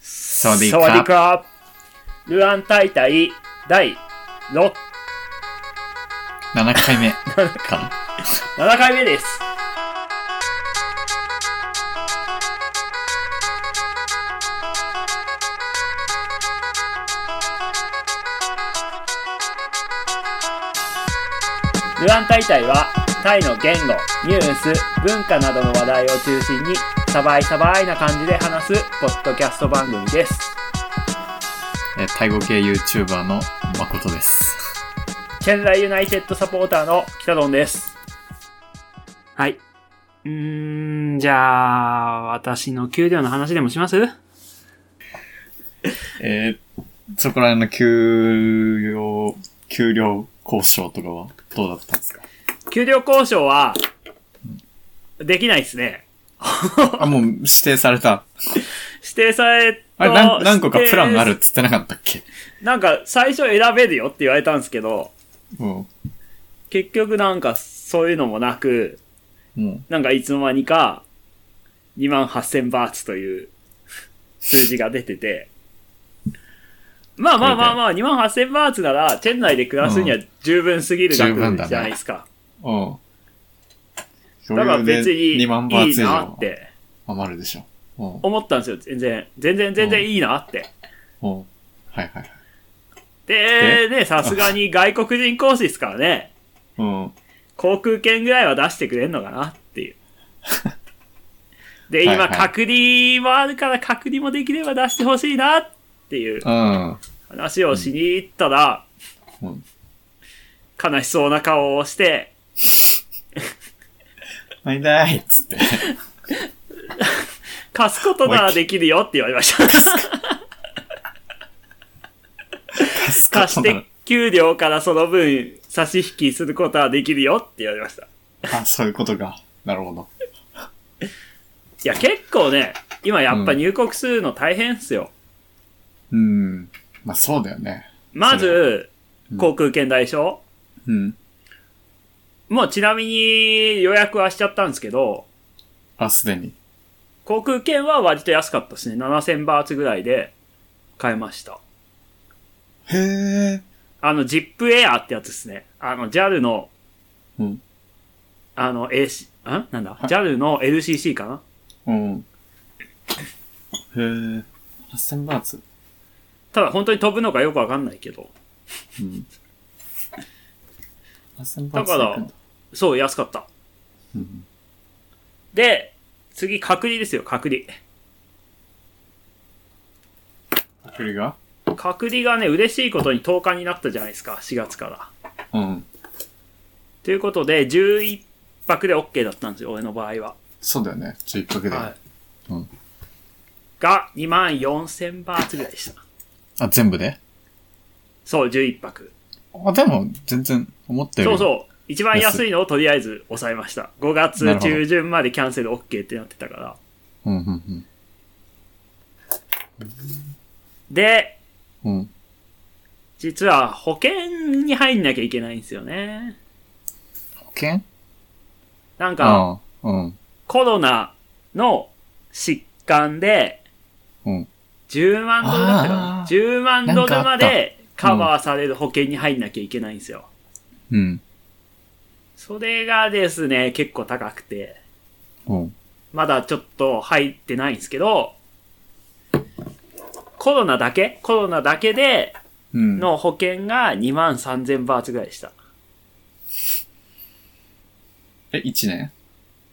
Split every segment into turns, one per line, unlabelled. サワディ
サワディ
ー
ー
カ
カープルアン大会第6
7回 目か。
7回目です。ルアンタイタイはタイの言語、ニュース、文化などの話題を中心にサバイサバイな感じで話すポッドキャスト番組です。
えータイ語系 YouTuber の誠です。
県内ユナイテッドサポーターの北丼です。はい。うーん、じゃあ、私の給料の話でもします
えーそこら辺の給料、給料交渉とかはどうだったんですか
給料交渉は、できないですね。
あ、もう指定された。
指定されと
あれ何、何個かプランあるっ
指定
つってなかったっけ
なんか、最初選べるよって言われたんですけど、
も
結局なんか、そういうのもなく、
う、も
なんかいつの間にか、2万8000バーツという数字が出てて、まあまあまあまあ、2万8000バーツなら、チェン内で暮らすには十分すぎる額
十分だね
じゃないですか。
う、うん。
だから別に
2万バー
いい
ツ以
な
上
って
余るでしょ。うん。
思ったんですよ、全然。全然全然いいなって。
うん。はいはいはい。
で、ね、さすがに外国人講師ですからね、
うん。
航空券ぐらいは出してくれんのかなっていう。で、
はいは
今
い
隔離もあるから隔離もできれば出してほしいなっていう。
うん。
話をしに行ったら、
うん
悲しそうな顔をして、
ないないっ つって。
貸すことならできるよって言われました。 貸して、給料からその分差し引きすることはできるよって言われました。い
あ、そういうことか。なるほど。
や、結構ね、今やっぱ入国するの大変っすよ。
うん。まあそうだよね。
まず、
うん
航空券代償。
うん。
もうちなみに予約はしちゃったんですけど、
あ、すでに。
航空券は割と安かったですね。7000バーツぐらいで買えました。
へえ。
あの、ジップエアってやつですね。あの、JAL の、
うん。
あの、AC、んなんだ ?JAL の LCC かな
うん。へえ。8000バーツ。
ただ本当に飛ぶのかよくわかんないけど。
うん。8000バーツ。
だからそう、安かった。
うん。
で、次、隔離ですよ、隔離。
送りが
隔離がね、嬉しいことに10日になったじゃないですか、4月から。
うん。
ということで、11泊で OK だったんですよ、俺の場合は。
そうだよね。11泊で。
はい。
うん
が、2万4000バーツぐらいでした。
あ、全部で
そう、11泊。
あ、でも、全然、思ったより。
そうそう。一番安いのをとりあえず抑えました。5月
なるほど
中旬までキャンセル OK ってなってたから。
う。うん、うん、
で、
うん。うん。
実は保険に入んなきゃいけないんですよね。
保険
なんか、
ああ。うん。
コロナの疾患で、
うん。
10万ドルだったかな
あー
?10 万ドルま
なんかあ
でカバーされる保険に入んなきゃいけないんですよ。
うん。
それがですね、結構高くて、
うん。
まだちょっと入ってないんですけど、コロナだけコロナだけで、
うん。
の保険が2万3000バーツぐらいでした。
え、1年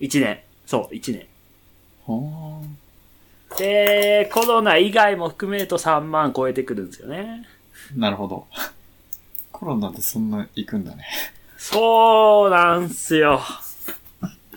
1年。そう、1年。
ほー。
で、コロナ以外も含めると3万超えてくるんですよね。
なるほど。 コロナでそんな行くんだね。
そうなんすよ。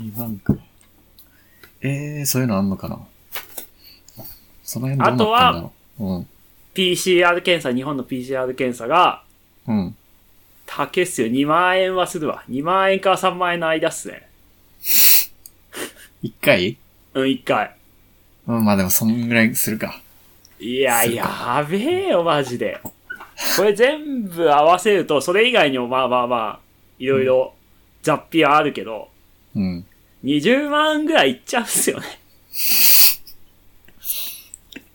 2万か。ええー、そういうのあんのかなその辺
あ
ど
と
う
は
なったんだろう。
PCR 検査、日本の PCR 検査が、
うん。うん。
高いっすよ。2万円はするわ。2万円から3万円の間っすね。
1回
うん、1回。
うん、まあでもそんぐらいするか。
いや、
する
やべえよ、マジで。これ全部合わせると、それ以外にもまあまあまあ、いろいろ雑費はあるけど、
うん。
20万ぐらいいっちゃうっすよね。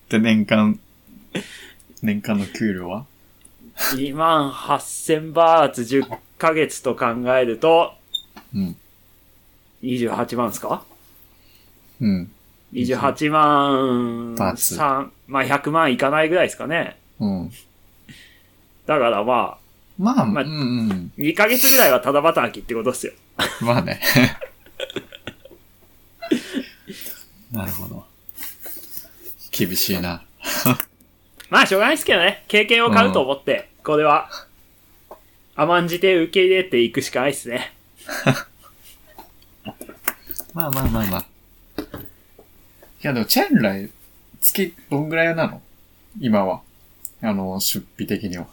で、年間、年間の給料は
2万8000バーツ10ヶ月と考えると、
うん。
28万ですか
うん。
?28 万
バーツ
3、まあ100万いかないぐらいですかね。
うん。
だからまあ、
まあ、
まあ
うんうん。
2ヶ月ぐらいはただ働きってことですよ。
まあね。 なるほど。厳しいな。
まあしょうがないですけどね。経験を買うと思って、これは、甘んじて受け入れていくしかないですね。
まあまあまあまあ。いやでも、チェンライ、月どんぐらいなの今は。あの、出費的には。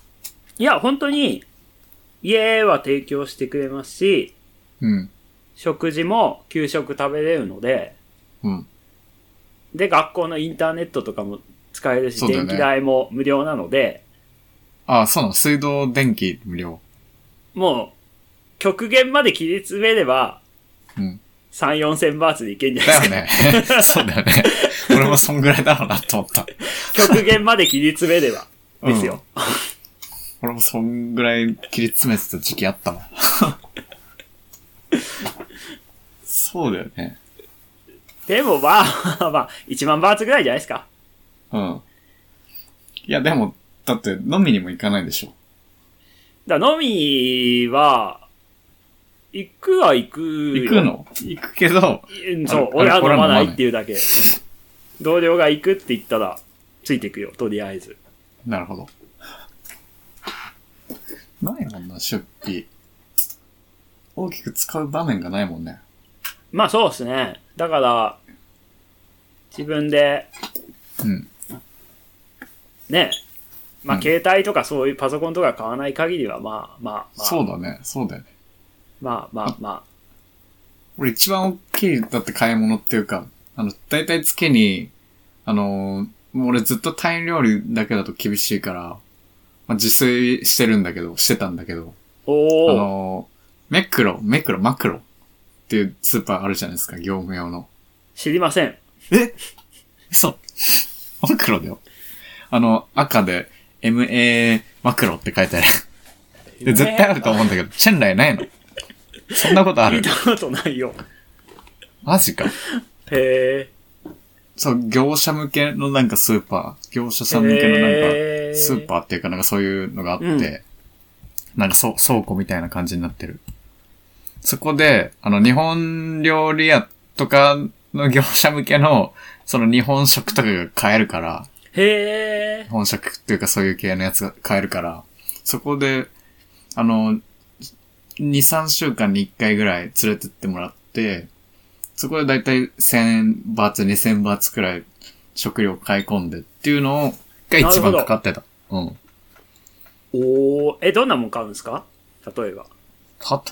いや、本当に、家は提供してくれますし、
うん。
食事も給食食べれるので、
うん。
で、学校のインターネットとかも使えるし、
そうだよ
電
ね
気代も無料なので、
ああ、そうなの。水道、電気、無料。
もう、極限まで切り詰めれば、
うん。
3、4千バーツでいけんじゃな
だ
いで
よ
す
ね。
か。
そうだよね。俺もそんぐらいだろうなと思った。
極限まで切り詰めれば、ですよ。
俺もそんぐらい切り詰めてた時期あった もん。そうだよね。
でもまあ、まあ、1万バーツぐらいじゃないですか。
うん。いや、でも、だって飲みにも行かないでしょ。
だから飲みは、行くは行くよ。
行くの行くけど、
うんそ
あ
う、
れ
俺は
あれ
飲
俺は
まな
飲まないい
っていうだけ。うん同僚が行くって言ったら、ついてくよ、とりあえず。
なるほど。ないもんな、出費。大きく使う場面がないもんね。
まあそうですね。だから、自分で、
うん。
ね、ま
う
あ
ん
携帯とかそういうパソコンとか買わない限りは、まあまあまあ、
そうだね、そうだよね。
まあまあまあ、
俺一番大きい、だって買い物っていうか、あの、だいたい月に、あのー、もう俺ずっとタイ料理だけだと厳しいから、まあ、自炊してるんだけど、してたんだけど、あ
おお、
のー、メクロ、メクロ、マクロっていうスーパーあるじゃないですか、業務用の。
知りません。
嘘マクロだよ。あの、赤で、MA マクロって書いてある。で、絶対あると思うんだけど、チェンライないのそんなことあ
聞
る
いたことないよ。
マジか。
へえ。
そう、業者向けのなんかスーパー、業者さん向けのなんか、
へ
スーパーっていうかなんかそういうのがあって、
うん
なんかそ倉庫みたいな感じになってる。そこで、あの、日本料理屋とかの業者向けの、その日本食とかが買えるから、
へえ
日。本食っていうかそういう系のやつが買えるから、そこで、あの、2、3週間に1回ぐらい連れてってもらって、そこでだいたい1000バーツ、2000バーツくらい食料買い込んでっていうのが一
なるほ
番
ど
かかってた。うん。
おお、え、どんなもん買うんですか例えば。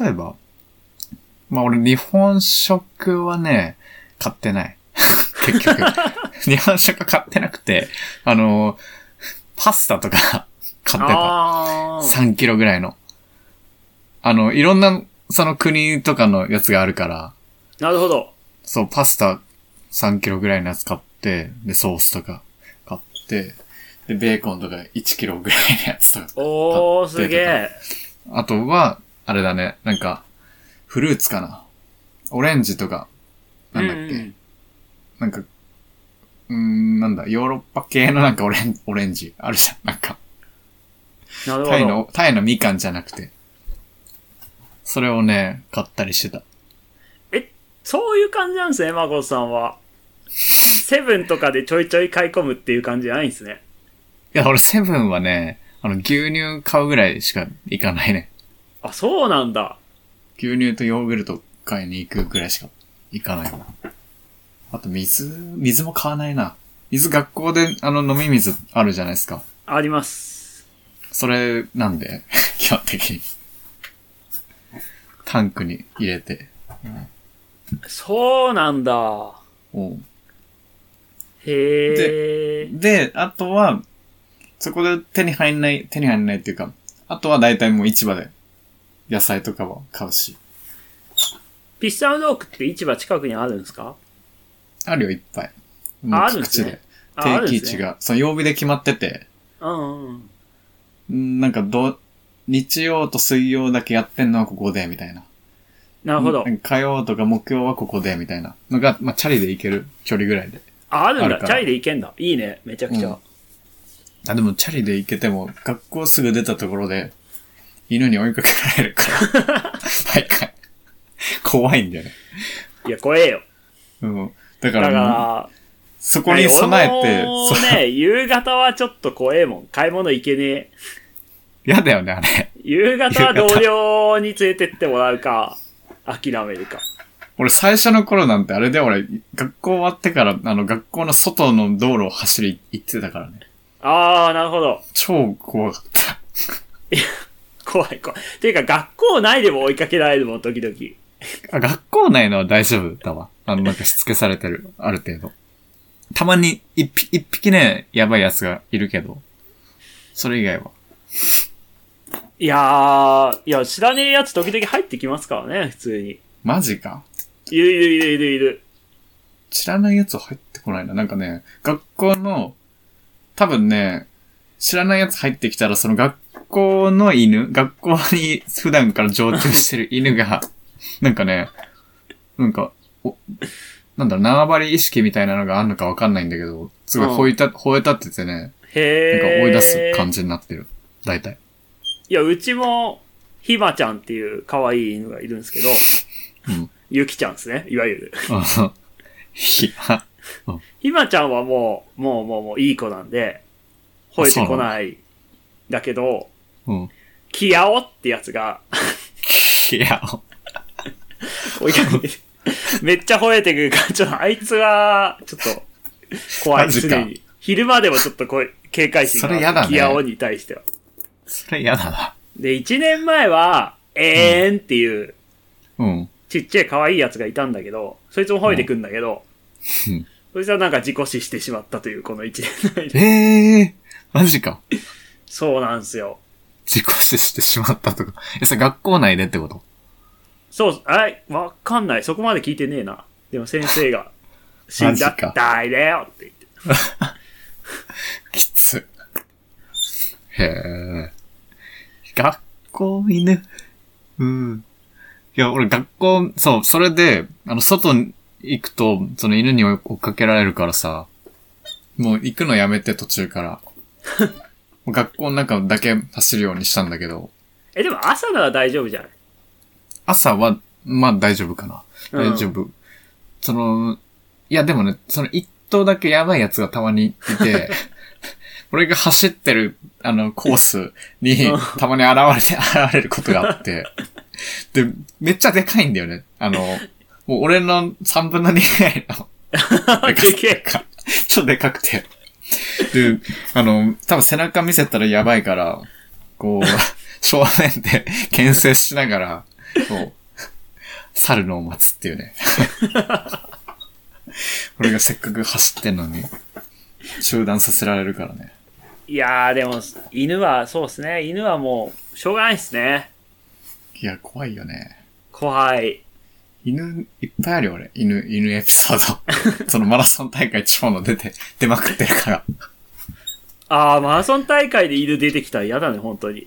例えば、まあ俺日本食はね、買ってない。 結 局。日本食は買ってなくて、あの、パスタとか買ってた。
ああ。
3キロぐらいの。あの、いろんな、その国とかのやつがあるから、
なるほど。
そう、パスタ3キロぐらいのやつ買って、で、ソースとか買って、で、ベーコンとか1キロぐらいのやつとか。
おお、すげえ。
あとは、あれだね、なんか、フルーツかな。オレンジとか、なんだっけ、
うん
なんか、うーん、なんだ、ヨーロッパ系のなんかオレンオレンジ、あるじゃん、なんか。
なるほど。
タイの、タイのみかんじゃなくて。それをね、買ったりしてた。
そういう感じなんですね、マコさんは。セブンとかでちょいちょい買い込むっていう感じじゃないんですね。
いや、俺セブンはね、あの、牛乳買うぐらいしか行かないね。
あ、そうなんだ。
牛乳とヨーグルト買いに行くぐらいしか行かないわ。あと水、水も買わないな。水学校で、あの、飲み水あるじゃないですか。
あります。
それ、なんで 基本的に。タンクに入れて。
そうなんだ。
うん
へえ。
で、あとは、そこで手に入んない、手に入んないっていうか、あとは大体もう市場で、野菜とかは買うし。
ピスタンドークって市場近くにあるんですか
あるよ、いっぱい。
あ
もう
あるんですね
各地
あ
定
あるん
期
で
位
す
置
ね
が、その曜日で決まってて、
うんうん。
んなんかど、日曜と水曜だけやってんのはここで、みたいな。
なるほど。
ん火曜とか木曜はここで、みたいなのが、まあ、チャリで行ける距離ぐらいで。
あ、あるん
ある
だ。
から
チャリで行けんだ。いいね。めちゃくちゃ。
うんあ、でもチャリで行けても、学校すぐ出たところで、犬に追いかけられるから。 毎回。怖いんだよね。
いや、怖えよ。
うん。だか、
だからら、
そこに備えて、
俺も
そう
ね、夕方はちょっと怖えもん。買い物行けねえ。
嫌だよね、あれ。
夕方は同僚に連れてってもらうか、諦めるか。
俺最初の頃なんて、あれで俺、学校終わってから、あの、学校の外の道路を走り行ってたからね。
あー、なるほど。
超怖かった。
怖い怖い。ていうか、学校内でも追いかけられるもん、時々。
あ、学校内のは大丈夫だわ。あの、なんかしつけされてる。ある程度。たまに、一匹、一匹ね、やばいやつがいるけど。それ以外は。
いやー、いや、知らねえやつ時々入ってきますからね、普通に。
マジか。
いるいるいるいるいる。
知らないやつ入ってこないな。なんかね、学校の、多分ね、知らないやつ入ってきたら、その学校の犬、学校に 普段から常駐してる犬が、なんかね、なんか、お、なんだろう、縄張り意識みたいなのがあるのかわかんないんだけど、すごい吠えた、吠えたっててね、
へ
なん
ー。
か追い出す感じになってる。大体。
いや、うちも、ひまちゃんっていう可愛い犬がいるんですけど、
うん
ゆきちゃんですね、いわゆる。
うん ひは
ひまちゃんはもう、もうもうもういい子なんで、吠えてこない。だけど、
うん。
キヤオってやつが、
いや、
追いかけて、めっちゃ吠えてくるから、ちょっとあいつは、ちょっと、怖い、
マジ
す
か
でに。昼間でもちょっとこう警戒心がある
それやだね
キヤオに対しては。
それ嫌だな。
で、1年前は、えーんっていう、
うん。
ちっちゃい可愛いやつがいたんだけど、そいつも吠えてくんだけど、
うん
そいつはなんか自己死してしまったという、この一年の間。
ええー、マジか。
そうなんですよ。
自己死してしまったとか。え、それ学校内でってこと
そう、あれ、わかんない。そこまで聞いてねえな。でも先 生が、死んだ
マジか、
大だよって言って。
きつ。へえ。学校犬。うん。いや、俺学校、そう、それで、あの、外に行くと、その犬に追い追っかけられるからさ、もう行くのやめて途中 から。もう学校の中だけ走るようにしたんだけど、
え、でも朝なら大丈夫じゃない
朝は、まあ大丈夫かな。
うん
大丈夫。その、いやでもね、その一頭だけやばいやつがたまにい て、俺が走ってる、あの、コースに
うん、
たまに現れて、現れることがあって、で、めっちゃでかいんだよね。あの、もう俺の3分の2ぐらいの、
でけえ。
か、ちょっとでかくて。で、あの、多分背中見せたらやばいから、こう、正面で牽制しながら、こう、猿のを待つっていうね。俺がせっかく走ってんのに、中断させられるからね。
いやー、でも、犬は、そうですね。犬はもう、しょうがないですね。
いや、怖いよね。
怖い。
犬、いっぱいあるよ、俺。犬、犬エピソード。そのマラソン大会地方の出て、出まくってるから。い
あー、マラソン大会で犬出てきたら嫌だね、本当に。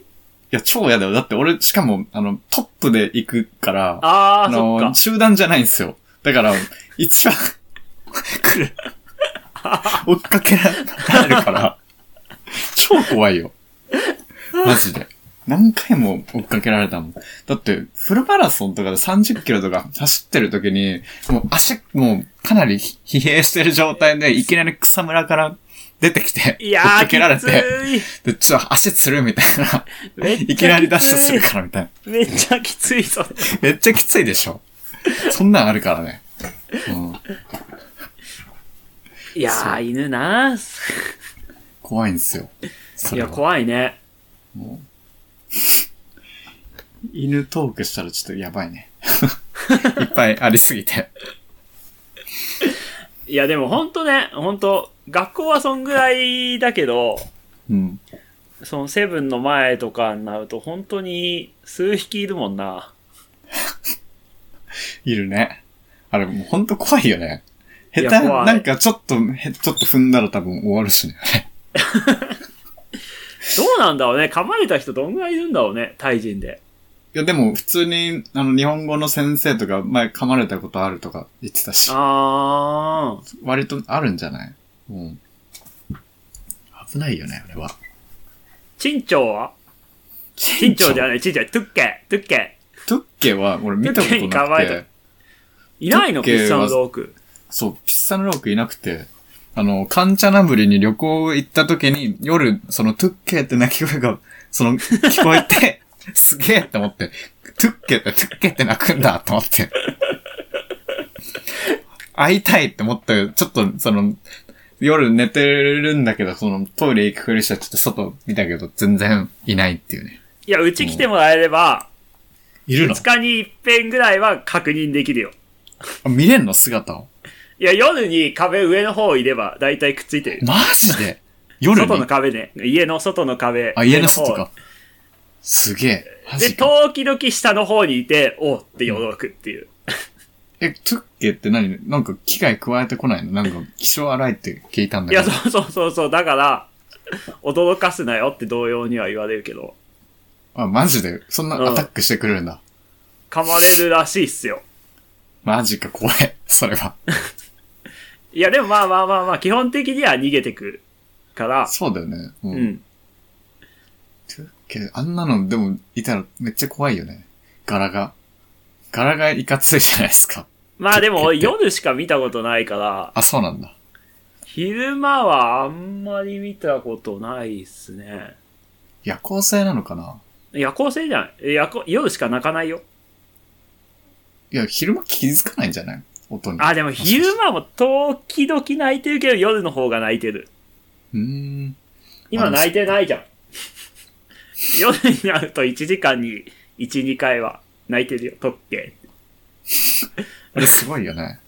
や、超嫌だよ。だって俺、しかも、あの、トップで行くから、
あー、
あ
そっか
の、。中断じゃないんですよ。だから、一番来る。追っかけられるから、超怖いよ。マジで。何回も追っかけられたもん。だって、フルマラソンとかで30キロとか走ってる時に、もう足、もうかなり疲弊してる状態で、いきなり草むらから出てきて、
い
追っ
やー、
かけられ
きつ
て、で、ちょっと足つるみたいな。
めっちゃきつい
いきなりダッシュするからみたいな。
い。めっちゃきつ い、それ。
めっちゃきついでしょ。そんなんあるからね。うん。
いやー、犬なー。
怖いんですよ。そ
い
れ
や、
は。
怖いね。
犬トークしたらちょっとやばいね。 いっぱいありすぎて。
いや、でもほんとね、ほんと、学校はそんぐらいだけど、
うん。
そのセブンの前とかになると、本当に数匹いるもんな。
いるね。あれ、もうほんと怖いよね。下手、
いや怖い
なんかちょっと、へちょっと踏んだら多分終わるしね。
どうなんだろうね噛まれた人どんぐらいいるんだろうねタイ人で。
いや、でも普通に、あの、日本語の先生とか前噛まれたことあるとか言ってたし、
あー。
割とあるんじゃないうん。危ないよね、あれは。
チンチョウはチ
緊
ンチョウじゃ
ゃ
ない、チンチョウ。トゥッケ、トゥッケ。
トゥッケは俺見たこと
トゥッケに噛
な
ま
く
れ
て
た、いないの
ト
ピ
ゥッケは
ッサンドーク。
そう、ピッサンロークいなくて、あの、カンチャナブリに旅行行った時に夜、そのトゥッケって鳴き声が、その、聞こえて、 すげえって思って、トゥッケって、トゥッケって鳴くんだと思って。会いたいって思って、ちょっと、その、夜寝てるんだけど、その、トイレ行くふりして、ちょっと外見たけど、全然いないっていうね。
いや、うち来てもらえれば、
いるの
2日に一遍ぐらいは確認できるよ。
あ見れんの姿を。
いや、夜に壁上の方いれば、だいたいくっついてる。
マジで夜
外
に
の壁ね。家の外の壁。
あ、家の
上
外
方
か。。すげえ。マ
で、
ジか。
時々下の方にいて、おうって驚くっていう。
え、トゥッケって何なんか機械加えてこないのなんか気性荒いって聞いたんだけ
いや、
ど。
そうそうそうそう。だから、驚かすなよって同様には言われるけど、
あ、マジでそんな
うん
アタックしてくれるんだ。
噛まれるらしいっすよ。
マジか、怖い。 それは。
いや、でもまあまあまあまあ、基本的には逃げてくから、
そうだよね。うん。
うん。
トゥッケ、あんなのでもいたらめっちゃ怖いよね。柄が。柄がいかついじゃないですか。
まあでも、夜しか見たことないから、
あ、そうなんだ。
昼間はあんまり見たことないっすね。
夜行性なのかな
夜行性じゃない夜行夜しか泣かないよ。
いや、昼間気づかないんじゃない音に。
あ、でも昼間も時々泣いてるけど、夜の方が泣いてる。
うーん。あ
今
の
泣いてないじゃん。 夜になると1時間に1、2回は泣いてるよ、特権。
あれすごいよね。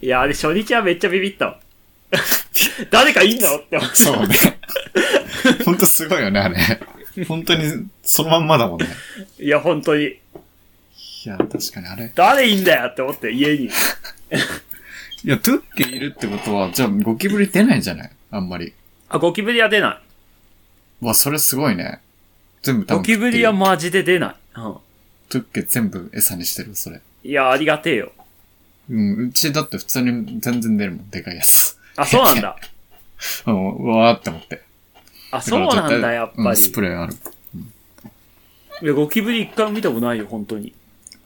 いや、あれ初日はめっちゃビビったわ。 誰かいんのって思っ
そう ね。ほんとすごいよね、あれ。本当に、そのまんまだもんね。
て。いや、本当に。
いや、確かにあれ。
誰いんだよって思って、家に。
いや、トゥッケいるってことは、じゃあゴキブリ出ないんじゃないあんまり。
あ、ゴキブリは出ない。
わ、それすごいね。全部多分
ゴキブリは
食って
マジで出ない。うん。
るトゥッケ全部餌にしてる、それ。
いや、ありがてえよ。
うん、うちだって普通に全然出るもん、でかいやつ。
あ、そうなん だ。
うん、うわーって思って。
あ、そうなんだ、やっ
から絶対
ぱ
うん
り。
スプレーある。
いや、ゴキブリ一回も見たことないよ、本当に。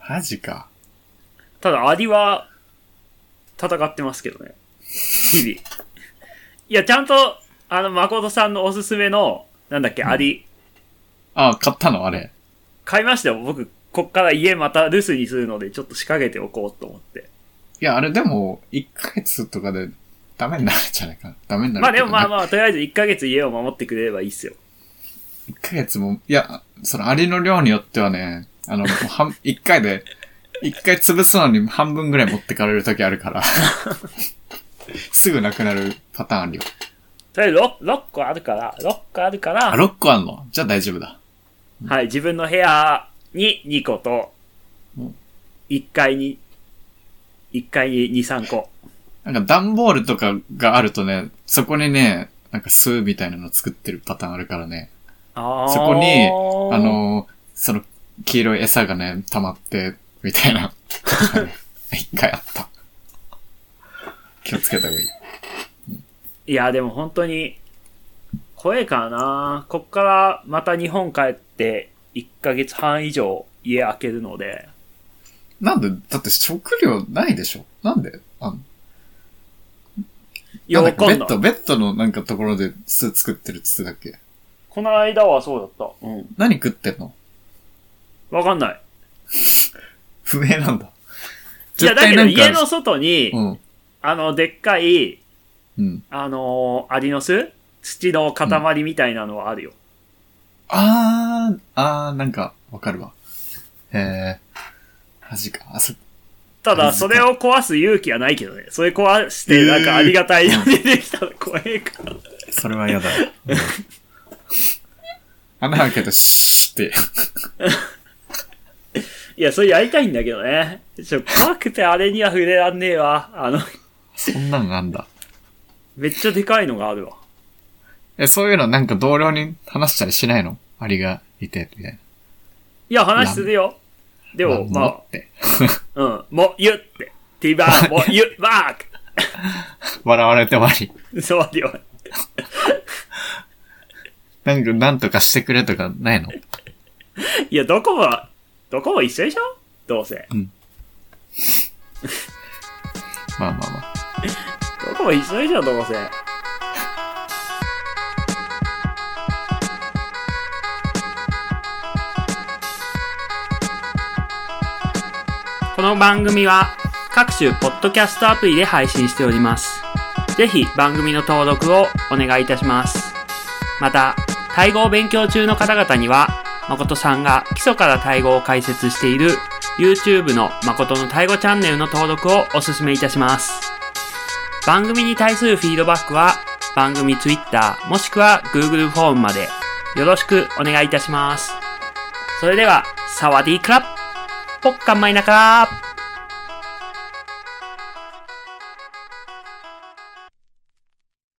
マジか。
ただ、アリは、戦ってますけどね。日々。いや、ちゃんと、あの、誠さんのおすすめの、なんだっけ、アリ、
あ、買ったのあれ。
買いましたよ。僕、こっから家また留守にするので、ちょっと仕掛けておこうと思って。
いや、あれでも、1ヶ月とかでダメになるんじゃないかな。ダメになる
まあでもまあ
あ。
まあ、とりあえず1ヶ月家を守ってくれればいいっすよ。
1ヶ月も、いや、そのアリの量によってはね、あの、半、1回 で、1回潰すのに半分ぐらい持ってかれる時あるから。 すぐなくなるパターンあるよ。
とりあえず 6, 6個あるから、6個あるか
あ、
ら、
6個あんのじゃあ大丈夫だ。
はい、自分の部屋に2個と
うん、
1階に、1階に2、3個。
なんか段ボールとかがあるとね、そこにね、なんか巣みたいなの作ってるパターンあるからね。
あー
そこに、あ、の、その黄色い餌がね、溜まって、みたいなことがね。一回あった。気をつけた方がいい。
いや、でも本当に、怖えからなこっからまた日本帰って1ヶ月半以上家開けるので、
なんで、だって食料ないでしょなんであの、
よ
な
うん
だっけベ
ん
ッ
だ
ド、ベッドのなんかところで巣作ってるっつってたっけ
この間はそうだった。うん。
何食ってんの
わかんない。
不明なんだ。
いや、だけど
絶対な
家
ん
の
か
外に、
うん。
あの、でっかい、
うん。
あのーアリの巣土の塊みたいなのはあるよ。
あー、あー、なんか、わかるわ。えー、マジか。あ、そ、
ただ、それを壊す勇気はないけどね。それ壊して、なんかありがたいの出てきたら怖えから。
それは嫌だ。うん 穴開けたシーって。
いや、それやりたいんだけどね。ちょ、怖くてあれには触れらんねえわ。あの、
そんなんあんだ。
めっちゃでかいのがあるわ。
え、そういうのなんか同僚に話したりしないのアリがいて、みたい
いや、話するよ。で
な。
も、まあ
も、って。
うん、もう、ゆって。ティーバー、もう、ゆ、バ
笑われて終わり。
ークそうだよ。
なんか、なんとかしてくれとかないの
いや、どこも、どこも一緒でしょどうせ。
まあまあまあ。
どこも一緒でしょどうせ。この番組は各種ポッドキャストアプリで配信しております。ぜひ番組の登録をお願いいたします。また、タイ語を勉強中の方々には、誠さんが基礎からタイ語を解説している YouTube の誠のタイ語チャンネルの登録をお勧めいたします。番組に対するフィードバックは番組 Twitter もしくは Google フォームまでよろしくお願いいたします。それでは、サワディークラッポッカンマイナカー